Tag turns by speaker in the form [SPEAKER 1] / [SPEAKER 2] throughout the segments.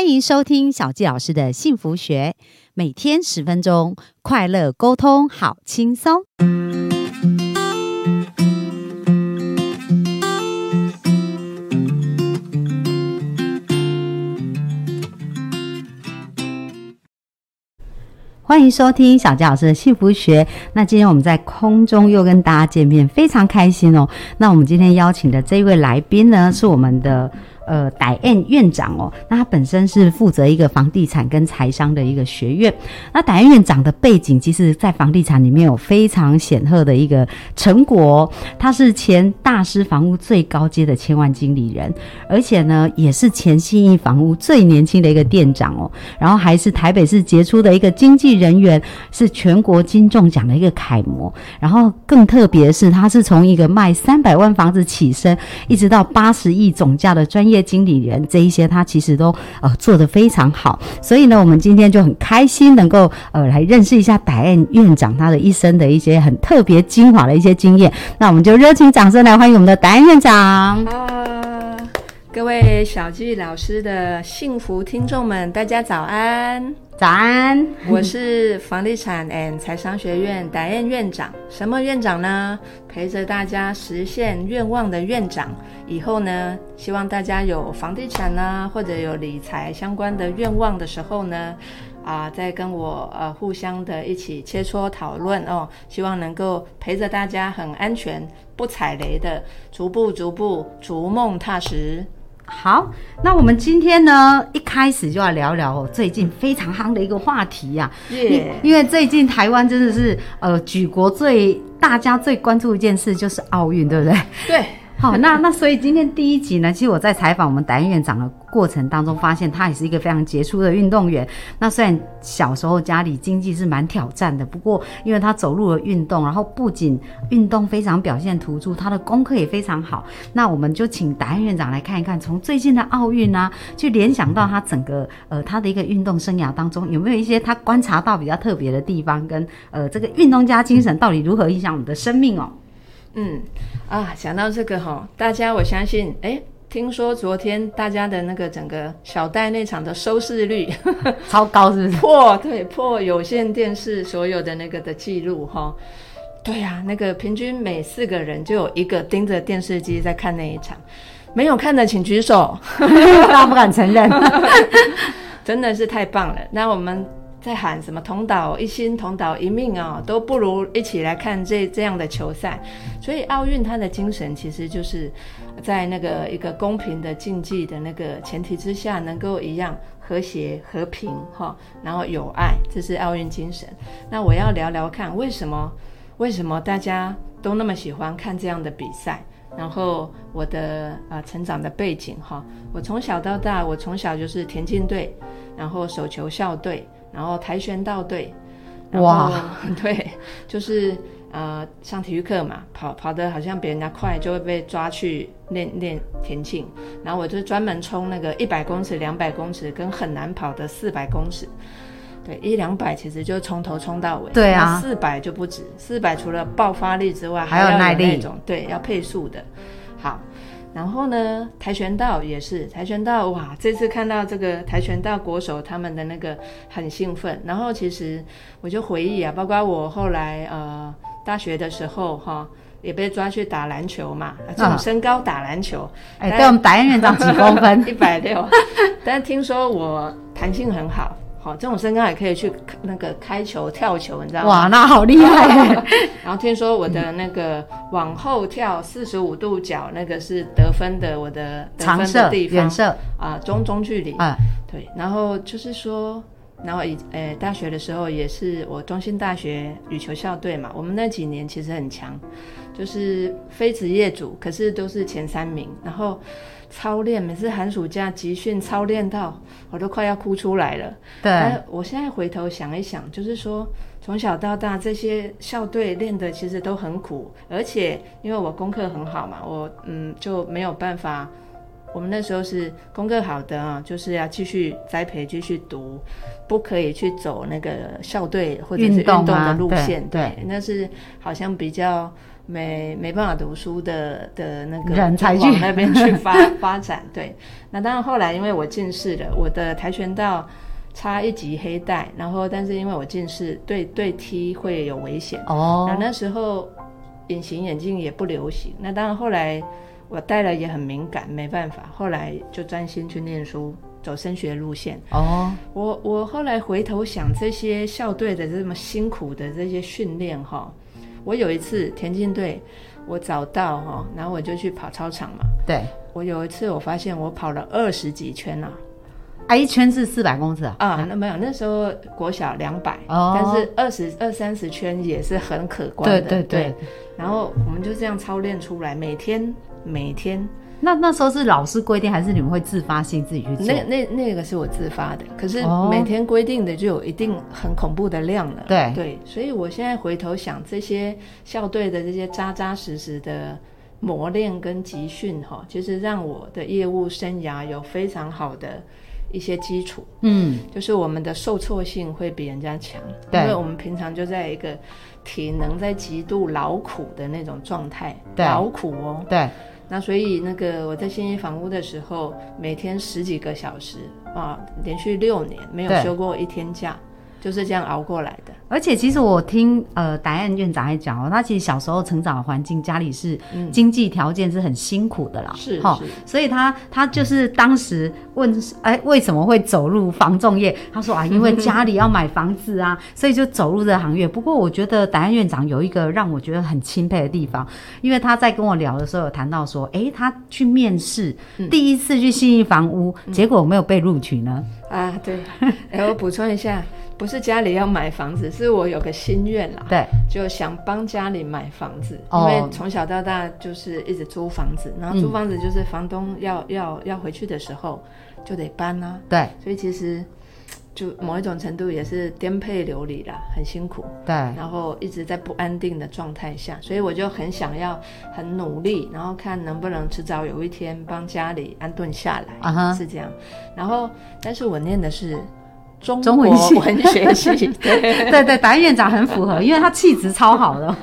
[SPEAKER 1] 欢迎收听小纪老师的幸福学，每天十分钟，快乐沟通，好轻松。欢迎收听小纪老师的幸福学。那今天我们在空中又跟大家见面，非常开心哦。那我们今天邀请的这一位来宾呢，是我们的呃戴燕院长哦。那他本身是负责一个房地产跟财商的一个学院。那戴燕院长的背景，其实在房地产里面有非常显赫的一个成果、哦。他是前大师房屋最高阶的千万经理人，而且呢，也是前信义房屋最年轻的一个店长哦。然后还是台北市杰出的一个经纪人员，是全国金钟奖的一个楷模。然后更特别是，他是从一个卖三百万房子起身，一直到八十亿总价的专业经理人，这一些他其实都呃做得非常好。所以呢，我们今天就很开心能够呃来认识一下百案院长他的一生的一些很特别精华的一些经验。那我们就热情掌声来欢迎我们的百案院长。
[SPEAKER 2] 啊，各位小纪老师的幸福听众们，大家早安！
[SPEAKER 1] 早安，
[SPEAKER 2] 我是房地产 and 财商学院达燕院长。什么院长呢？陪着大家实现愿望的院长。以后呢，希望大家有房地产啊，或者有理财相关的愿望的时候呢，啊，再跟我呃互相的一起切磋讨论哦。希望能够陪着大家很安全、不踩雷的，逐步逐步逐梦踏实。
[SPEAKER 1] 好，那我们今天呢，一开始就要聊聊哦，最近非常夯的一个话题呀、因
[SPEAKER 2] 耶、
[SPEAKER 1] 因为最近台湾真的是呃举国最大家最关注一件事就是奥运，对不对？
[SPEAKER 2] 对。
[SPEAKER 1] 好，那那所以今天第一集呢，其实我在采访我们达院长的过程当中，发现他也是一个非常杰出的运动员。那虽然小时候家里经济是蛮挑战的，不过因为他走入了运动，然后不仅运动非常表现突出，他的功课也非常好。那我们就请达院长来看一看，从最近的奥运啊，去联想到他整个呃他的一个运动生涯当中，有没有一些他观察到比较特别的地方，跟呃这个运动家精神到底如何影响我们的生命哦？
[SPEAKER 2] 嗯啊，讲到这个哈、大家我相信，哎，听说昨天大家的那个整个小戴那场的收视率
[SPEAKER 1] 超高是不是？
[SPEAKER 2] 破，对破有线电视所有的那个的记录哈、对呀、那个平均每四个人就有一个盯着电视机在看那一场，没有看的请举手。
[SPEAKER 1] 大家不敢承认。
[SPEAKER 2] 真的是太棒了。那我们在喊什么同岛一心、同岛一命哦，都不如一起来看这这样的球赛。所以奥运它的精神其实就是在那个一个公平的竞技的那个前提之下，能够一样和谐、和平哈、然后友爱，这是奥运精神。那我要聊聊看为什么为什么大家都那么喜欢看这样的比赛。然后我的啊、呃成长的背景哈，我从小到大，我从小就是田径队，然后手球校队，然后跆拳道队，然后
[SPEAKER 1] 哇，
[SPEAKER 2] 对，就是呃上体育课嘛，跑跑得好像比人家快，就会被抓去练练田径，然后我就专门冲那个一百公尺、两百公尺跟很难跑的四百公尺。对，一两百其实就从头冲到尾，
[SPEAKER 1] 对啊
[SPEAKER 2] 四百就不止，四百除了爆发力之外，
[SPEAKER 1] 还
[SPEAKER 2] 还
[SPEAKER 1] 有
[SPEAKER 2] 要
[SPEAKER 1] 耐
[SPEAKER 2] 有
[SPEAKER 1] 力
[SPEAKER 2] 那种对，要配速的。好，然后呢，跆拳道也是跆拳道，哇！这次看到这个跆拳道国手他们的那个很兴奋，然后其实我就回忆啊，包括我后来呃大学的时候哈、也被抓去打篮球嘛，啊这
[SPEAKER 1] 嗯
[SPEAKER 2] 种身高打篮球，
[SPEAKER 1] 哎，对我们达院院长几公 分？
[SPEAKER 2] 一百六，但是听说我弹性很好，好、这种身高也可以去那个开球、跳球，你知道吗？
[SPEAKER 1] 哇，那好厉害耶！
[SPEAKER 2] 然后听说我的那个往后跳四十五度角，那个是得分的，我的得
[SPEAKER 1] 长
[SPEAKER 2] 分的
[SPEAKER 1] 射、
[SPEAKER 2] 地
[SPEAKER 1] 远
[SPEAKER 2] 方
[SPEAKER 1] 射，
[SPEAKER 2] 啊、中中距离。
[SPEAKER 1] 啊，
[SPEAKER 2] 对，然后就是说，然后以呃大学的时候也是我中兴大学羽球校队嘛，我们那几年其实很强，就是非职业组，可是都是前三名，然后操练，每次寒暑假集训操练到我都快要哭出来了。
[SPEAKER 1] 对，
[SPEAKER 2] 但我现在回头想一想，就是说从小到大这些校队练的其实都很苦，而且因为我功课很好嘛，我嗯就没有办法我们那时候是功课好的啊，就是要继续栽培、继续读，不可以去走那个校队或者是
[SPEAKER 1] 运
[SPEAKER 2] 运动
[SPEAKER 1] 动啊
[SPEAKER 2] 的路线，
[SPEAKER 1] 对对
[SPEAKER 2] 那是好像比较没没办法读书的的那个
[SPEAKER 1] 人才去
[SPEAKER 2] 就往那边去 发发展。对，那当然后来因为我近视了，我的跆拳道。差一级黑带，然后但是因为我近视，对对踢会有危险，那
[SPEAKER 1] 哦，
[SPEAKER 2] 那时候隐形眼镜也不流行，那当然后来我戴了也很敏感，没办法，后来就专心去念书，走升学路线。
[SPEAKER 1] 哦，
[SPEAKER 2] 我我后来回头想，这些校队的这么辛苦的这些训练哈，我有一次田径队我早到哈，然后我就去跑操场嘛，
[SPEAKER 1] 对，
[SPEAKER 2] 我有一次我发现我跑了二十几圈啊，
[SPEAKER 1] 啊，一圈是四百公尺啊，
[SPEAKER 2] 啊，那没有，那时候国小两百、
[SPEAKER 1] 哦
[SPEAKER 2] 但是二十二三十圈也是很可观
[SPEAKER 1] 对
[SPEAKER 2] 的。
[SPEAKER 1] 对对。
[SPEAKER 2] 然后我们就这样操练出来，每天每天，
[SPEAKER 1] 那那时候是老师规定，还是你们会自发性自己去做？
[SPEAKER 2] 那那那个是我自发的，可是
[SPEAKER 1] 哦
[SPEAKER 2] 每天规定的就有一定很恐怖的量了。
[SPEAKER 1] 对
[SPEAKER 2] 对，所以我现在回头想，这些校队的这些扎扎实实的。磨练跟集训哈，其实让我的业务生涯有非常好的一些基础。
[SPEAKER 1] 嗯，
[SPEAKER 2] 就是我们的受挫性会比人家强，
[SPEAKER 1] 对
[SPEAKER 2] 因为我们平常就在一个体能在极度劳苦的那种状态，
[SPEAKER 1] 对
[SPEAKER 2] 劳苦哦。
[SPEAKER 1] 对，
[SPEAKER 2] 那所以那个我在新一房屋的时候，每天十几个小时啊，连续六年没有
[SPEAKER 1] 对
[SPEAKER 2] 休过一天假，就是这样熬过来的。
[SPEAKER 1] 而且其实我听呃达燕院长还讲哦，他其实小时候成长的环境家里是
[SPEAKER 2] 嗯
[SPEAKER 1] 经济条件是很辛苦的啦，
[SPEAKER 2] 是
[SPEAKER 1] 齁
[SPEAKER 2] 是
[SPEAKER 1] 所以他他就是当时问哎为什么会走入房仲业？他说啊，因为家里要买房子 啊，所以就走入这个行业。不过我觉得达燕院长有一个让我觉得很钦佩的地方，因为他在跟我聊的时候有谈到说，哎，他去面试、
[SPEAKER 2] 嗯
[SPEAKER 1] 第一次去信义房屋，结果没有被录取呢。
[SPEAKER 2] 啊，对。 哎，我补充一下，不是家里要买房子，是我有个心愿啦，
[SPEAKER 1] 对，
[SPEAKER 2] 就想帮家里买房子，因
[SPEAKER 1] 哦嗯
[SPEAKER 2] 为从小到大就是一直租房子，然后租房子就是房东要、要要回去的时候就得搬啊，
[SPEAKER 1] 对，
[SPEAKER 2] 所以其实就某一种程度也是颠沛流离啦，很辛苦，
[SPEAKER 1] 对，
[SPEAKER 2] 然后一直在不安定的状态下，所以我就很想要很努力，然后看能不能迟早有一天帮家里安顿下来
[SPEAKER 1] 啊哈
[SPEAKER 2] 是这样。然后，但是我念的是中
[SPEAKER 1] 中
[SPEAKER 2] 国
[SPEAKER 1] 文系
[SPEAKER 2] 文学系，对。
[SPEAKER 1] 对对，达燕院长很符合，因为他气质超好 的。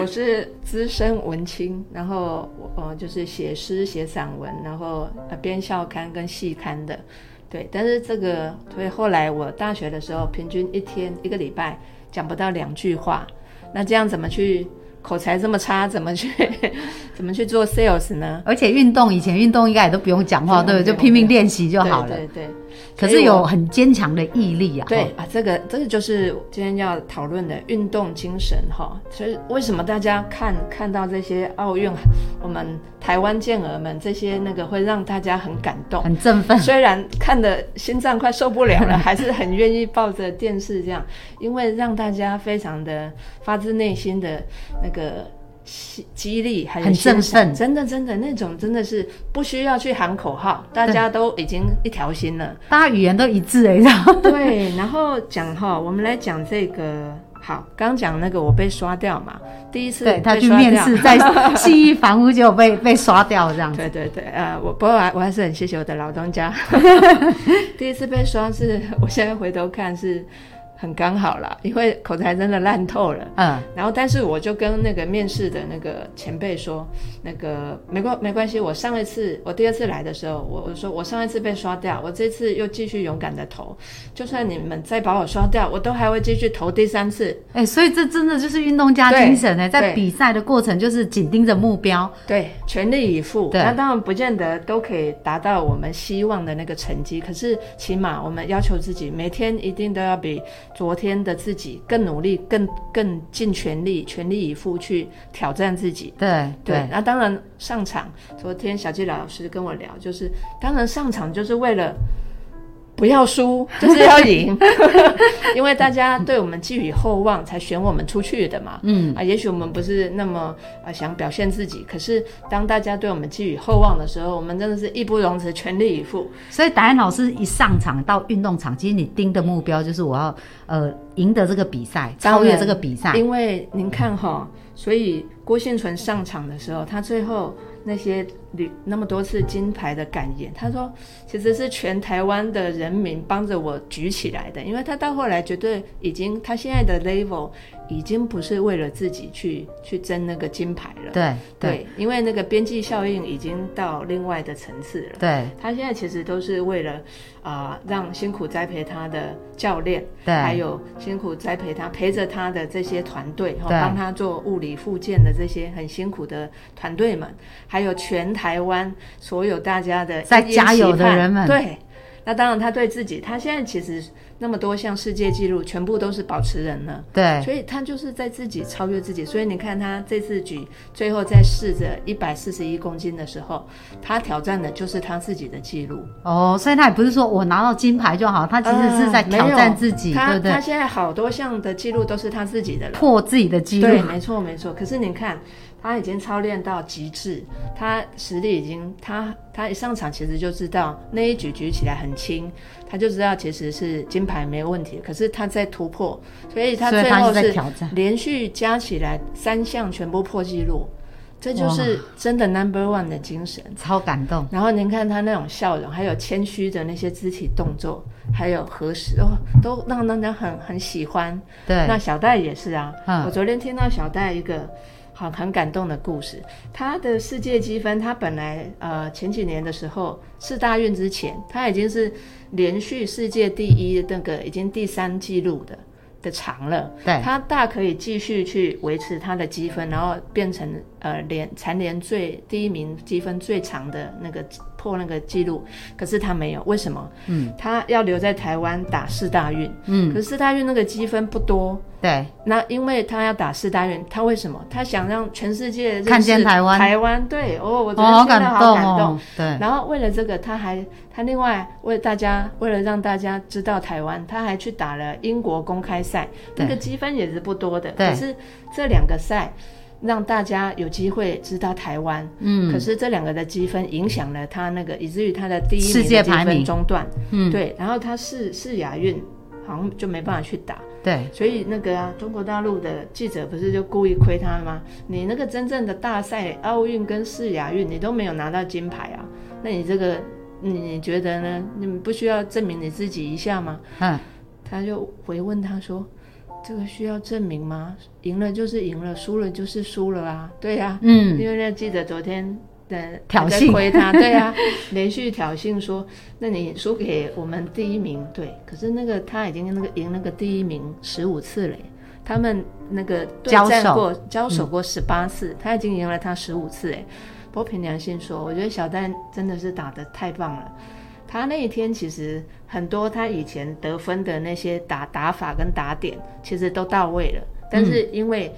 [SPEAKER 2] 我是资深文青，然后我呃就是写诗、写散文，然后呃编校刊跟系刊的，对。但是这个，所以后来我大学的时候，平均一天一个礼拜讲不到两句话，那这样怎么去口才这么差，怎么去 怎么去做 sales 呢？
[SPEAKER 1] 而且运动以前运动应该也都不用讲话，
[SPEAKER 2] 不
[SPEAKER 1] 对
[SPEAKER 2] 用
[SPEAKER 1] 不对？就
[SPEAKER 2] 不用
[SPEAKER 1] 拼命练习就好了。
[SPEAKER 2] 对对对。
[SPEAKER 1] 可
[SPEAKER 2] 所
[SPEAKER 1] 是
[SPEAKER 2] 以
[SPEAKER 1] 有
[SPEAKER 2] 我
[SPEAKER 1] 很坚强的毅力啊。
[SPEAKER 2] 对啊，这个这个就是今天要讨论的运动精神哈。所以为什么大家看看到这些奥运，我们台湾健儿们这些那个会让大家很感
[SPEAKER 1] 哦，
[SPEAKER 2] 动，
[SPEAKER 1] 很振奋。
[SPEAKER 2] 虽然看的心脏快受不了了，还是很愿意抱着电视这样，因为让大家非常的发自内心的那个激激励，还有
[SPEAKER 1] 很
[SPEAKER 2] 欣
[SPEAKER 1] 振
[SPEAKER 2] 赏
[SPEAKER 1] 奋
[SPEAKER 2] 真的真的那种真的是不需要去喊口号，大家都已经一条心了。
[SPEAKER 1] 大家语言都一致哎，你知 道吗？
[SPEAKER 2] 对，然后讲哈，我们来讲这个。好，刚讲那个我被刷掉嘛，第一次
[SPEAKER 1] 对他
[SPEAKER 2] 被
[SPEAKER 1] 去
[SPEAKER 2] 刷
[SPEAKER 1] 面
[SPEAKER 2] 掉
[SPEAKER 1] 试，在信义房屋就被被刷掉这样子。
[SPEAKER 2] 对对对，呃，我不过我还我还是很谢谢我的老 东家。第一次被刷是，我现在回头看是很刚好啦，因为口才真的烂透了。
[SPEAKER 1] 嗯，
[SPEAKER 2] 然后，但是我就跟那个面试的那个前辈说，那个没关没关系，我上一次我第二次来的时候，我我说我上一次被刷掉，我这次又继续勇敢的投，就算你们再把我刷掉，我都还会继续投第三次。
[SPEAKER 1] 哎、所以这真的就是运动家
[SPEAKER 2] 对
[SPEAKER 1] 精神哎，在
[SPEAKER 2] 对
[SPEAKER 1] 比赛的过程就是紧盯着目标。
[SPEAKER 2] 对，全力以赴。
[SPEAKER 1] 对
[SPEAKER 2] 那当然不见得都可以达到我们希望的那个成绩，可是起码我们要求自己，每天一定都要比昨天的自己更努力、更更尽全力、全力以赴去挑战自己。
[SPEAKER 1] 对
[SPEAKER 2] 对
[SPEAKER 1] 对，
[SPEAKER 2] 那当然上场。昨天小纪老师跟我聊，就是当然上场就是为了不要 输，就是要赢，因为大家对我们寄予厚望，才选我们出去的嘛。嗯啊，也许我们不是那么啊想表现自己，可是当大家对我们寄予厚望的时候，我们真的是义不容辞，全力以赴。
[SPEAKER 1] 所以达燕老师一上场到运动场，其实你盯的目标就是我要呃赢得这个比赛，超越这个比赛。
[SPEAKER 2] 因为您看哈、所以郭幸存上场的时候，他最后那些旅那么多次金牌的感言，他说其实是全台湾的人民帮着我举起来的，因为他到后来绝对已经他现在的 level 已经不是为了自己去去争那个金牌了，
[SPEAKER 1] 对对
[SPEAKER 2] 对，因为那个边际效应已经到另外的层次了。
[SPEAKER 1] 对
[SPEAKER 2] 他现在其实都是为了啊、让辛苦栽培他的教练，还
[SPEAKER 1] 对
[SPEAKER 2] 有辛苦栽培他、陪着他的这些团队，哈、
[SPEAKER 1] 对
[SPEAKER 2] 帮他做物理复健的这些很辛苦的团队们，还有全台湾所有大家的
[SPEAKER 1] 在
[SPEAKER 2] 殷殷
[SPEAKER 1] 加油
[SPEAKER 2] 期
[SPEAKER 1] 的
[SPEAKER 2] 盼
[SPEAKER 1] 人们
[SPEAKER 2] 对。那当然，他对自己，他现在其实那么多项世界纪录，全部都是保持人了，
[SPEAKER 1] 对
[SPEAKER 2] 所以他就是在自己超越自己。所以你看他这次举，最后在试着一百四十一公斤的时候，他挑战的就是他自己的记录。
[SPEAKER 1] 哦，所以他也不是说我拿到金牌就好，他其实是在
[SPEAKER 2] 嗯没
[SPEAKER 1] 挑
[SPEAKER 2] 有
[SPEAKER 1] 战自己，
[SPEAKER 2] 他
[SPEAKER 1] 对不
[SPEAKER 2] 他
[SPEAKER 1] 对？
[SPEAKER 2] 现在好多项的记录都是他自己的了。
[SPEAKER 1] 破自己的记
[SPEAKER 2] 对，
[SPEAKER 1] 录，
[SPEAKER 2] 没错没错。可是你看，他已经操练到极致，他实力已经，他他一上场其实就知道那一局举起来很轻，他就知道其实是金牌没问题。可是他在突破，所以他
[SPEAKER 1] 所以
[SPEAKER 2] 最
[SPEAKER 1] 他
[SPEAKER 2] 后
[SPEAKER 1] 是在
[SPEAKER 2] 是
[SPEAKER 1] 挑战。
[SPEAKER 2] 连续加起来三项全部破纪录，这就是真的 number one 的精神。
[SPEAKER 1] 超感动，
[SPEAKER 2] 然后您看他那种笑容，还有谦虚的那些肢体动作，还有合适哦，都让人家很很喜欢。那
[SPEAKER 1] 对，
[SPEAKER 2] 小戴也是啊，
[SPEAKER 1] 嗯
[SPEAKER 2] 我昨天听到小戴一个很很感动的故事。他的世界积分，他本来呃前几年的时候四大运之前，他已经是连续世界第一那个已经第三纪录的的长了。
[SPEAKER 1] 对，
[SPEAKER 2] 他大可以继续去维持他的积分，然后变成呃连蝉联最第一名积分最长的那个破那个记录，可是他没有，为什么？
[SPEAKER 1] 嗯，
[SPEAKER 2] 他要留在台湾打四大运，
[SPEAKER 1] 嗯，
[SPEAKER 2] 可是四大运那个积分不多，
[SPEAKER 1] 对，
[SPEAKER 2] 那因为他要打四大运，他为什么？他想让全世界认识
[SPEAKER 1] 看见台湾
[SPEAKER 2] 台湾对哦，我觉
[SPEAKER 1] 哦，
[SPEAKER 2] 得
[SPEAKER 1] 好
[SPEAKER 2] 听
[SPEAKER 1] 感
[SPEAKER 2] 了好
[SPEAKER 1] 动
[SPEAKER 2] 感动。
[SPEAKER 1] 哦，对，
[SPEAKER 2] 然后为了这个，他还他另外为大家为了让大家知道台湾，他还去打了英国公开赛，
[SPEAKER 1] 对
[SPEAKER 2] 那个积分也是不多的，
[SPEAKER 1] 对
[SPEAKER 2] 可是这两个赛让大家有机会知道台湾。可
[SPEAKER 1] 嗯
[SPEAKER 2] 是这两个的积分影响了他那个，以至于他的第一
[SPEAKER 1] 世
[SPEAKER 2] 名
[SPEAKER 1] 界
[SPEAKER 2] 的积
[SPEAKER 1] 排名
[SPEAKER 2] 分中断。
[SPEAKER 1] 嗯，
[SPEAKER 2] 对，然后他是是亚运，好像就没办法去打。
[SPEAKER 1] 对，
[SPEAKER 2] 所以那个啊，中国大陆的记者不是就故意亏他吗？你那个真正的大赛，奥运跟世亚运，你都没有拿到金牌啊，那你这个，你你觉得呢？你不需要证明你自己一下吗？
[SPEAKER 1] 嗯，
[SPEAKER 2] 他就回问他说：“这个需要证明吗？赢了就是赢了，输了就是输了啊，对呀、
[SPEAKER 1] 嗯，
[SPEAKER 2] 因为那记者昨天的
[SPEAKER 1] 挑
[SPEAKER 2] 在
[SPEAKER 1] 衅
[SPEAKER 2] 推他，对 啊，连续挑衅说，那你输给我们第一名，对，可是那个他已经那个赢那个第一名十五次了耶，他们那个对
[SPEAKER 1] 交
[SPEAKER 2] 战
[SPEAKER 1] 手嗯
[SPEAKER 2] 过交手过十八次，他已经赢了他十五次，哎，不过凭良心说，我觉得小戴真的是打得太棒了。他那一天其实很多他以前得分的那些打打法跟打点，其实都到位了，但是因为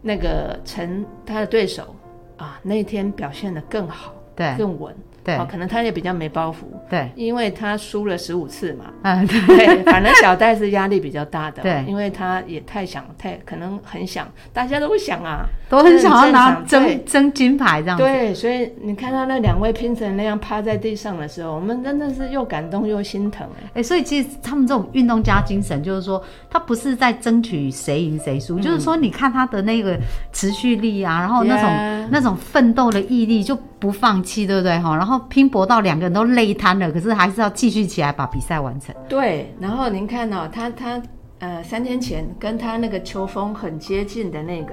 [SPEAKER 2] 那个陈他的对手啊，那天表现得更好，
[SPEAKER 1] 对
[SPEAKER 2] 更稳，
[SPEAKER 1] 对
[SPEAKER 2] 哦，可能他也比较没包袱，
[SPEAKER 1] 对，
[SPEAKER 2] 因为他输了十五次 嘛，
[SPEAKER 1] 嗯，
[SPEAKER 2] 对，反正小戴是压力比较大的，啊
[SPEAKER 1] 对
[SPEAKER 2] 因为他也太想太可能很想，大家都会想啊，
[SPEAKER 1] 都很想要拿
[SPEAKER 2] 很正常对
[SPEAKER 1] 争争金牌这样子，
[SPEAKER 2] 对，所以你看到那两位拼成那样趴在地上的时候，我们真的是又感动又心疼哎、
[SPEAKER 1] 哎、所以其实他们这种运动家精神，就是说他不是在争取谁赢谁输，
[SPEAKER 2] 嗯
[SPEAKER 1] 就是说你看他的那个持续力啊，然后那种
[SPEAKER 2] Yeah
[SPEAKER 1] 那种奋斗的毅力就不放弃，对不对哈？然后拼搏到两个人都累瘫了，可是还是要继续起来把比赛完成。
[SPEAKER 2] 对，然后您看哦，他他呃三天前跟他那个秋风很接近的那个，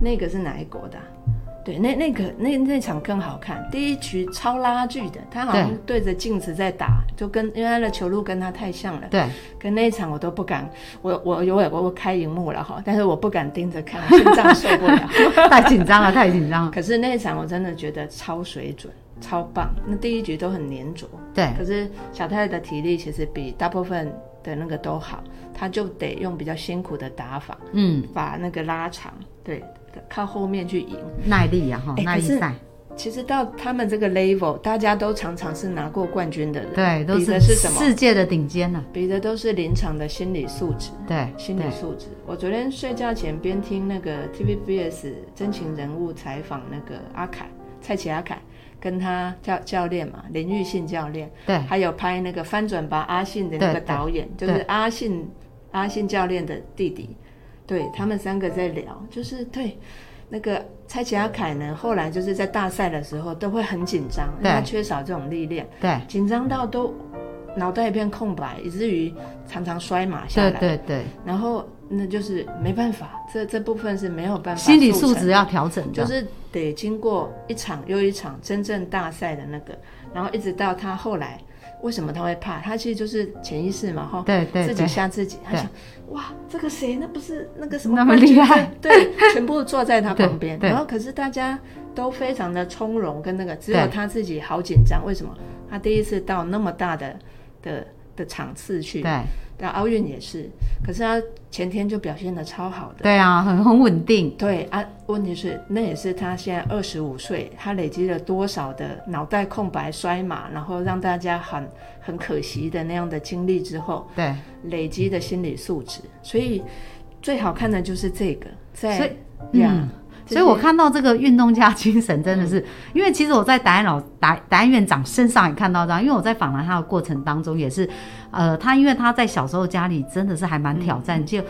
[SPEAKER 2] 那个是哪一国的啊、对，那那个那那场更好看，第一局超拉锯的，他好像对着镜子在打，就跟因为他的球路跟他太像了。
[SPEAKER 1] 对，
[SPEAKER 2] 跟那一场我都不敢，我我有我我开荧幕了哈，但是我不敢盯着看，我心脏受不了。
[SPEAKER 1] 太紧张了，太紧张了。
[SPEAKER 2] 可是那一场我真的觉得超水准、超棒，那第一局都很粘着。
[SPEAKER 1] 对
[SPEAKER 2] 可是小太太的体力其实比大部分的那个都好，她就得用比较辛苦的打法，
[SPEAKER 1] 嗯，
[SPEAKER 2] 把那个拉长，对，靠后面去赢。
[SPEAKER 1] 耐力啊哈，
[SPEAKER 2] 哎
[SPEAKER 1] 耐力
[SPEAKER 2] 可是
[SPEAKER 1] 赛，
[SPEAKER 2] 其实到他们这个 level，大家都常常是拿过冠军的人，
[SPEAKER 1] 对，都
[SPEAKER 2] 比的
[SPEAKER 1] 是
[SPEAKER 2] 是什么？
[SPEAKER 1] 世界的顶尖了。
[SPEAKER 2] 比的都是临场的心理素质。
[SPEAKER 1] 对，
[SPEAKER 2] 心理
[SPEAKER 1] 对
[SPEAKER 2] 素质。我昨天睡觉前边听那个 TVBS《真情人物》采访那个阿凯，蔡奇阿凯跟他教教练嘛，林玉信教练，
[SPEAKER 1] 对
[SPEAKER 2] 还有拍那个《翻转吧阿信》的那
[SPEAKER 1] 对
[SPEAKER 2] 个
[SPEAKER 1] 对
[SPEAKER 2] 导演，就
[SPEAKER 1] 对
[SPEAKER 2] 是阿信阿信教练的弟弟，对他们三个在聊，就是对。那个蔡奇阿凯呢，后来就是在大赛的时候都会很紧张，因为
[SPEAKER 1] 对
[SPEAKER 2] 他缺少这种历练，
[SPEAKER 1] 对
[SPEAKER 2] 紧张到都脑袋一片空白，以至于常常摔马下来。
[SPEAKER 1] 对对对，
[SPEAKER 2] 然后那就是没办法，这这部分是没有办法。
[SPEAKER 1] 心理素质要调整的，
[SPEAKER 2] 就是得经过一场又一场真正大赛的那个，然后一直到他后来，为什么他会怕？他其实就是潜意识嘛，哈，
[SPEAKER 1] 对对
[SPEAKER 2] 自己
[SPEAKER 1] 对
[SPEAKER 2] 吓自己。他
[SPEAKER 1] 对
[SPEAKER 2] 想，哇，这个谁？那不是那个什么
[SPEAKER 1] 那么
[SPEAKER 2] 冠军
[SPEAKER 1] 厉害
[SPEAKER 2] 对，对全部坐在他
[SPEAKER 1] 对
[SPEAKER 2] 旁边。
[SPEAKER 1] 对
[SPEAKER 2] 然后可是大家都非常的从容，跟那个只有
[SPEAKER 1] 对
[SPEAKER 2] 他自己好紧张。为什么？他第一次到那么大的的的场次去，
[SPEAKER 1] 对
[SPEAKER 2] 那奥运也是，可是他前天就表现的超好的。
[SPEAKER 1] 对啊，很很稳定，
[SPEAKER 2] 对啊，问题是那也是他现在二十五岁，他累积了多少的脑袋空白、摔马，然后让大家很很可惜的那样的经历之后，
[SPEAKER 1] 对，
[SPEAKER 2] 累积的心理素质。所以最好看的就是这个，
[SPEAKER 1] 所以
[SPEAKER 2] 在
[SPEAKER 1] 嗯
[SPEAKER 2] 呀，。
[SPEAKER 1] 所以我看到这个运动家精神真的
[SPEAKER 2] 嗯
[SPEAKER 1] 是，因为其实我在达案老达达案院长身上也看到这样，因为我在访谈他的过程当中也是，呃，他因为他在小时候家里真的是还蛮挑战，
[SPEAKER 2] 嗯
[SPEAKER 1] 就。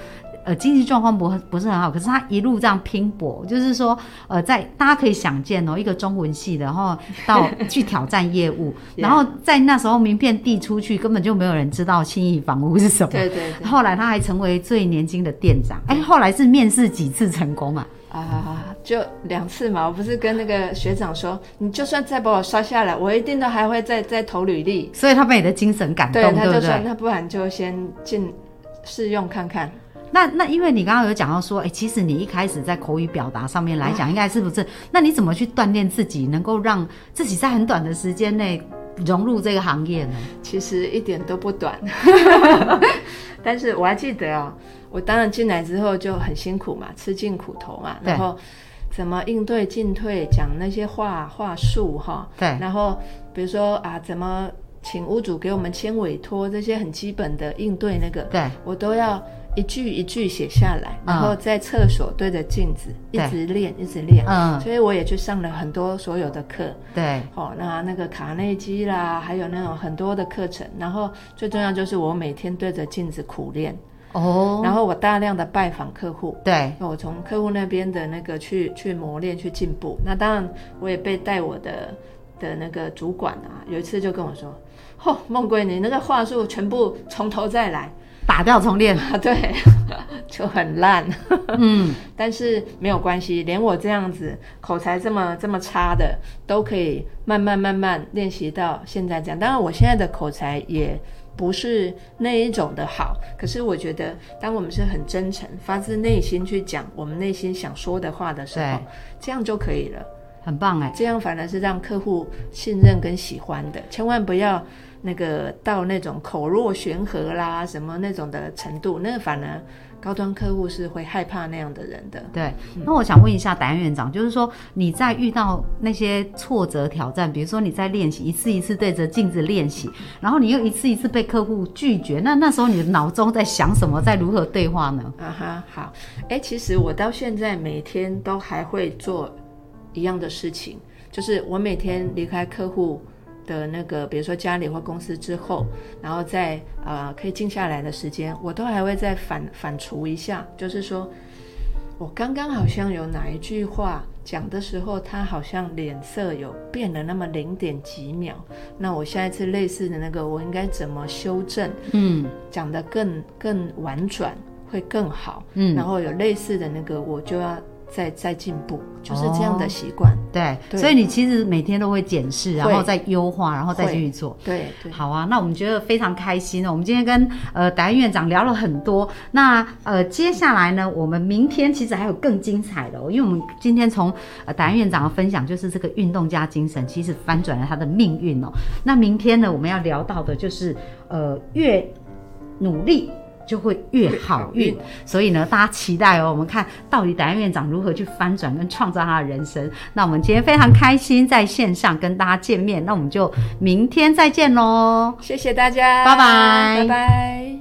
[SPEAKER 1] 呃，经济状况不不是很好，可是他一路这样拼搏，就是说，呃，在大家可以想见哦，一个中文系的，然后 到去挑战业务， 然后在那时候名片递出去，根本就没有人知道新意房屋是什么。
[SPEAKER 2] 对对对
[SPEAKER 1] 后来他还成为最年轻的店长，哎，后来是面试几次成功嘛？
[SPEAKER 2] 啊，就两次嘛，我不是跟那个学长说，你就算再把我刷下来，我一定都还会再再投履历。
[SPEAKER 1] 所以他被你的精神感动，对
[SPEAKER 2] 他就
[SPEAKER 1] 不
[SPEAKER 2] 说
[SPEAKER 1] 对？
[SPEAKER 2] 那不然就先进试用看看。
[SPEAKER 1] 那那因为你刚刚有讲到说，哎、其实你一开始在口语表达上面来讲，应该是不是？那你怎么去锻炼自己，能够让自己在很短的时间内融入这个行业呢？
[SPEAKER 2] 其实一点都 不短，但是我还记得哦，我当然进来之后就很辛苦嘛，吃尽苦头嘛，
[SPEAKER 1] 对
[SPEAKER 2] 然后怎么应对进退，讲那些话话术哈、
[SPEAKER 1] 对
[SPEAKER 2] 然后比如说啊，怎么请屋主给我们签委托，这些很基本的应对那个，
[SPEAKER 1] 对
[SPEAKER 2] 我都要一句一句写下来，
[SPEAKER 1] 嗯
[SPEAKER 2] 然后在厕所对着镜子一
[SPEAKER 1] 对
[SPEAKER 2] 直练，一直练，
[SPEAKER 1] 嗯
[SPEAKER 2] 所以我也去上了很多所有的课，
[SPEAKER 1] 对
[SPEAKER 2] 哦，那那个卡内基啦，还有那种很多的课程，然后最重要就是我每天对着镜子苦练，
[SPEAKER 1] 哦，
[SPEAKER 2] 然后我大量的拜访客户，
[SPEAKER 1] 对
[SPEAKER 2] 我从客户那边的那个去去磨练去进步。那当然，我也被带我的的那个主管啊，有一次就跟我说：“嚯、孟贵，你那个话术全部从头再来
[SPEAKER 1] 打掉重练，
[SPEAKER 2] 啊！” 对，就很烂。
[SPEAKER 1] 嗯，
[SPEAKER 2] 但是没有关系，连我这样子口才这么这么差的，都可以慢慢慢慢练习到现在这样。当然，我现在的口才也不是那一种的好，可是我觉得，当我们是很真诚、发自内心去讲我们内心想说的话的时候
[SPEAKER 1] 对，
[SPEAKER 2] 这样就可以了。
[SPEAKER 1] 很棒哎、
[SPEAKER 2] 这样反而是让客户信任跟喜欢的，千万不要那个到那种口若悬河啦，什么那种的程度，那反而高端客户是会害怕那样的人的。嗯
[SPEAKER 1] 对，那我想问一下达安院长，就是说你在遇到那些挫折挑战，比如说你在练习一次一次对着镜子练习，然后你又一次一次被客户拒绝，那那时候你的脑中在想什么，在如何对话呢？
[SPEAKER 2] 啊哈，好，哎，其实我到现在每天都还会做一样的事情，就是我每天离开客户的那个，比如说家里或公司之后，然后在呃可以静下来的时间，我都还会再反反刍一下，就是说我刚刚好像有哪一句话讲的时候，他好像脸色有变了那么零点几秒，那我下一次类似的那个，我应该怎么修正？
[SPEAKER 1] 嗯，
[SPEAKER 2] 讲得更更婉转会更好，
[SPEAKER 1] 嗯
[SPEAKER 2] 然后有类似的那个，我就要再再进步，就是这
[SPEAKER 1] 哦
[SPEAKER 2] 样的习惯。
[SPEAKER 1] 对，
[SPEAKER 2] 对
[SPEAKER 1] 所以你其实每天都会检视，然后
[SPEAKER 2] 会
[SPEAKER 1] 再优化，然后再继续做。
[SPEAKER 2] 对对，
[SPEAKER 1] 好啊，那我们觉得非常开心哦。我们今天跟呃达院长聊了很多，那呃接下来呢，我们明天其实还有更精彩的、哦，因为我们今天从呃达院长的分享，就是这个运动家精神，其实翻转了他的命运哦。那明天呢，我们要聊到的就是呃越努力。就会越好运，所以呢，大家期待哦。我们看到底达院院长如何去翻转跟创造他的人生。那我们今天非常开心在线上跟大家见面，那我们就明天再见喽。
[SPEAKER 2] 谢谢大家，
[SPEAKER 1] 拜拜
[SPEAKER 2] 拜拜。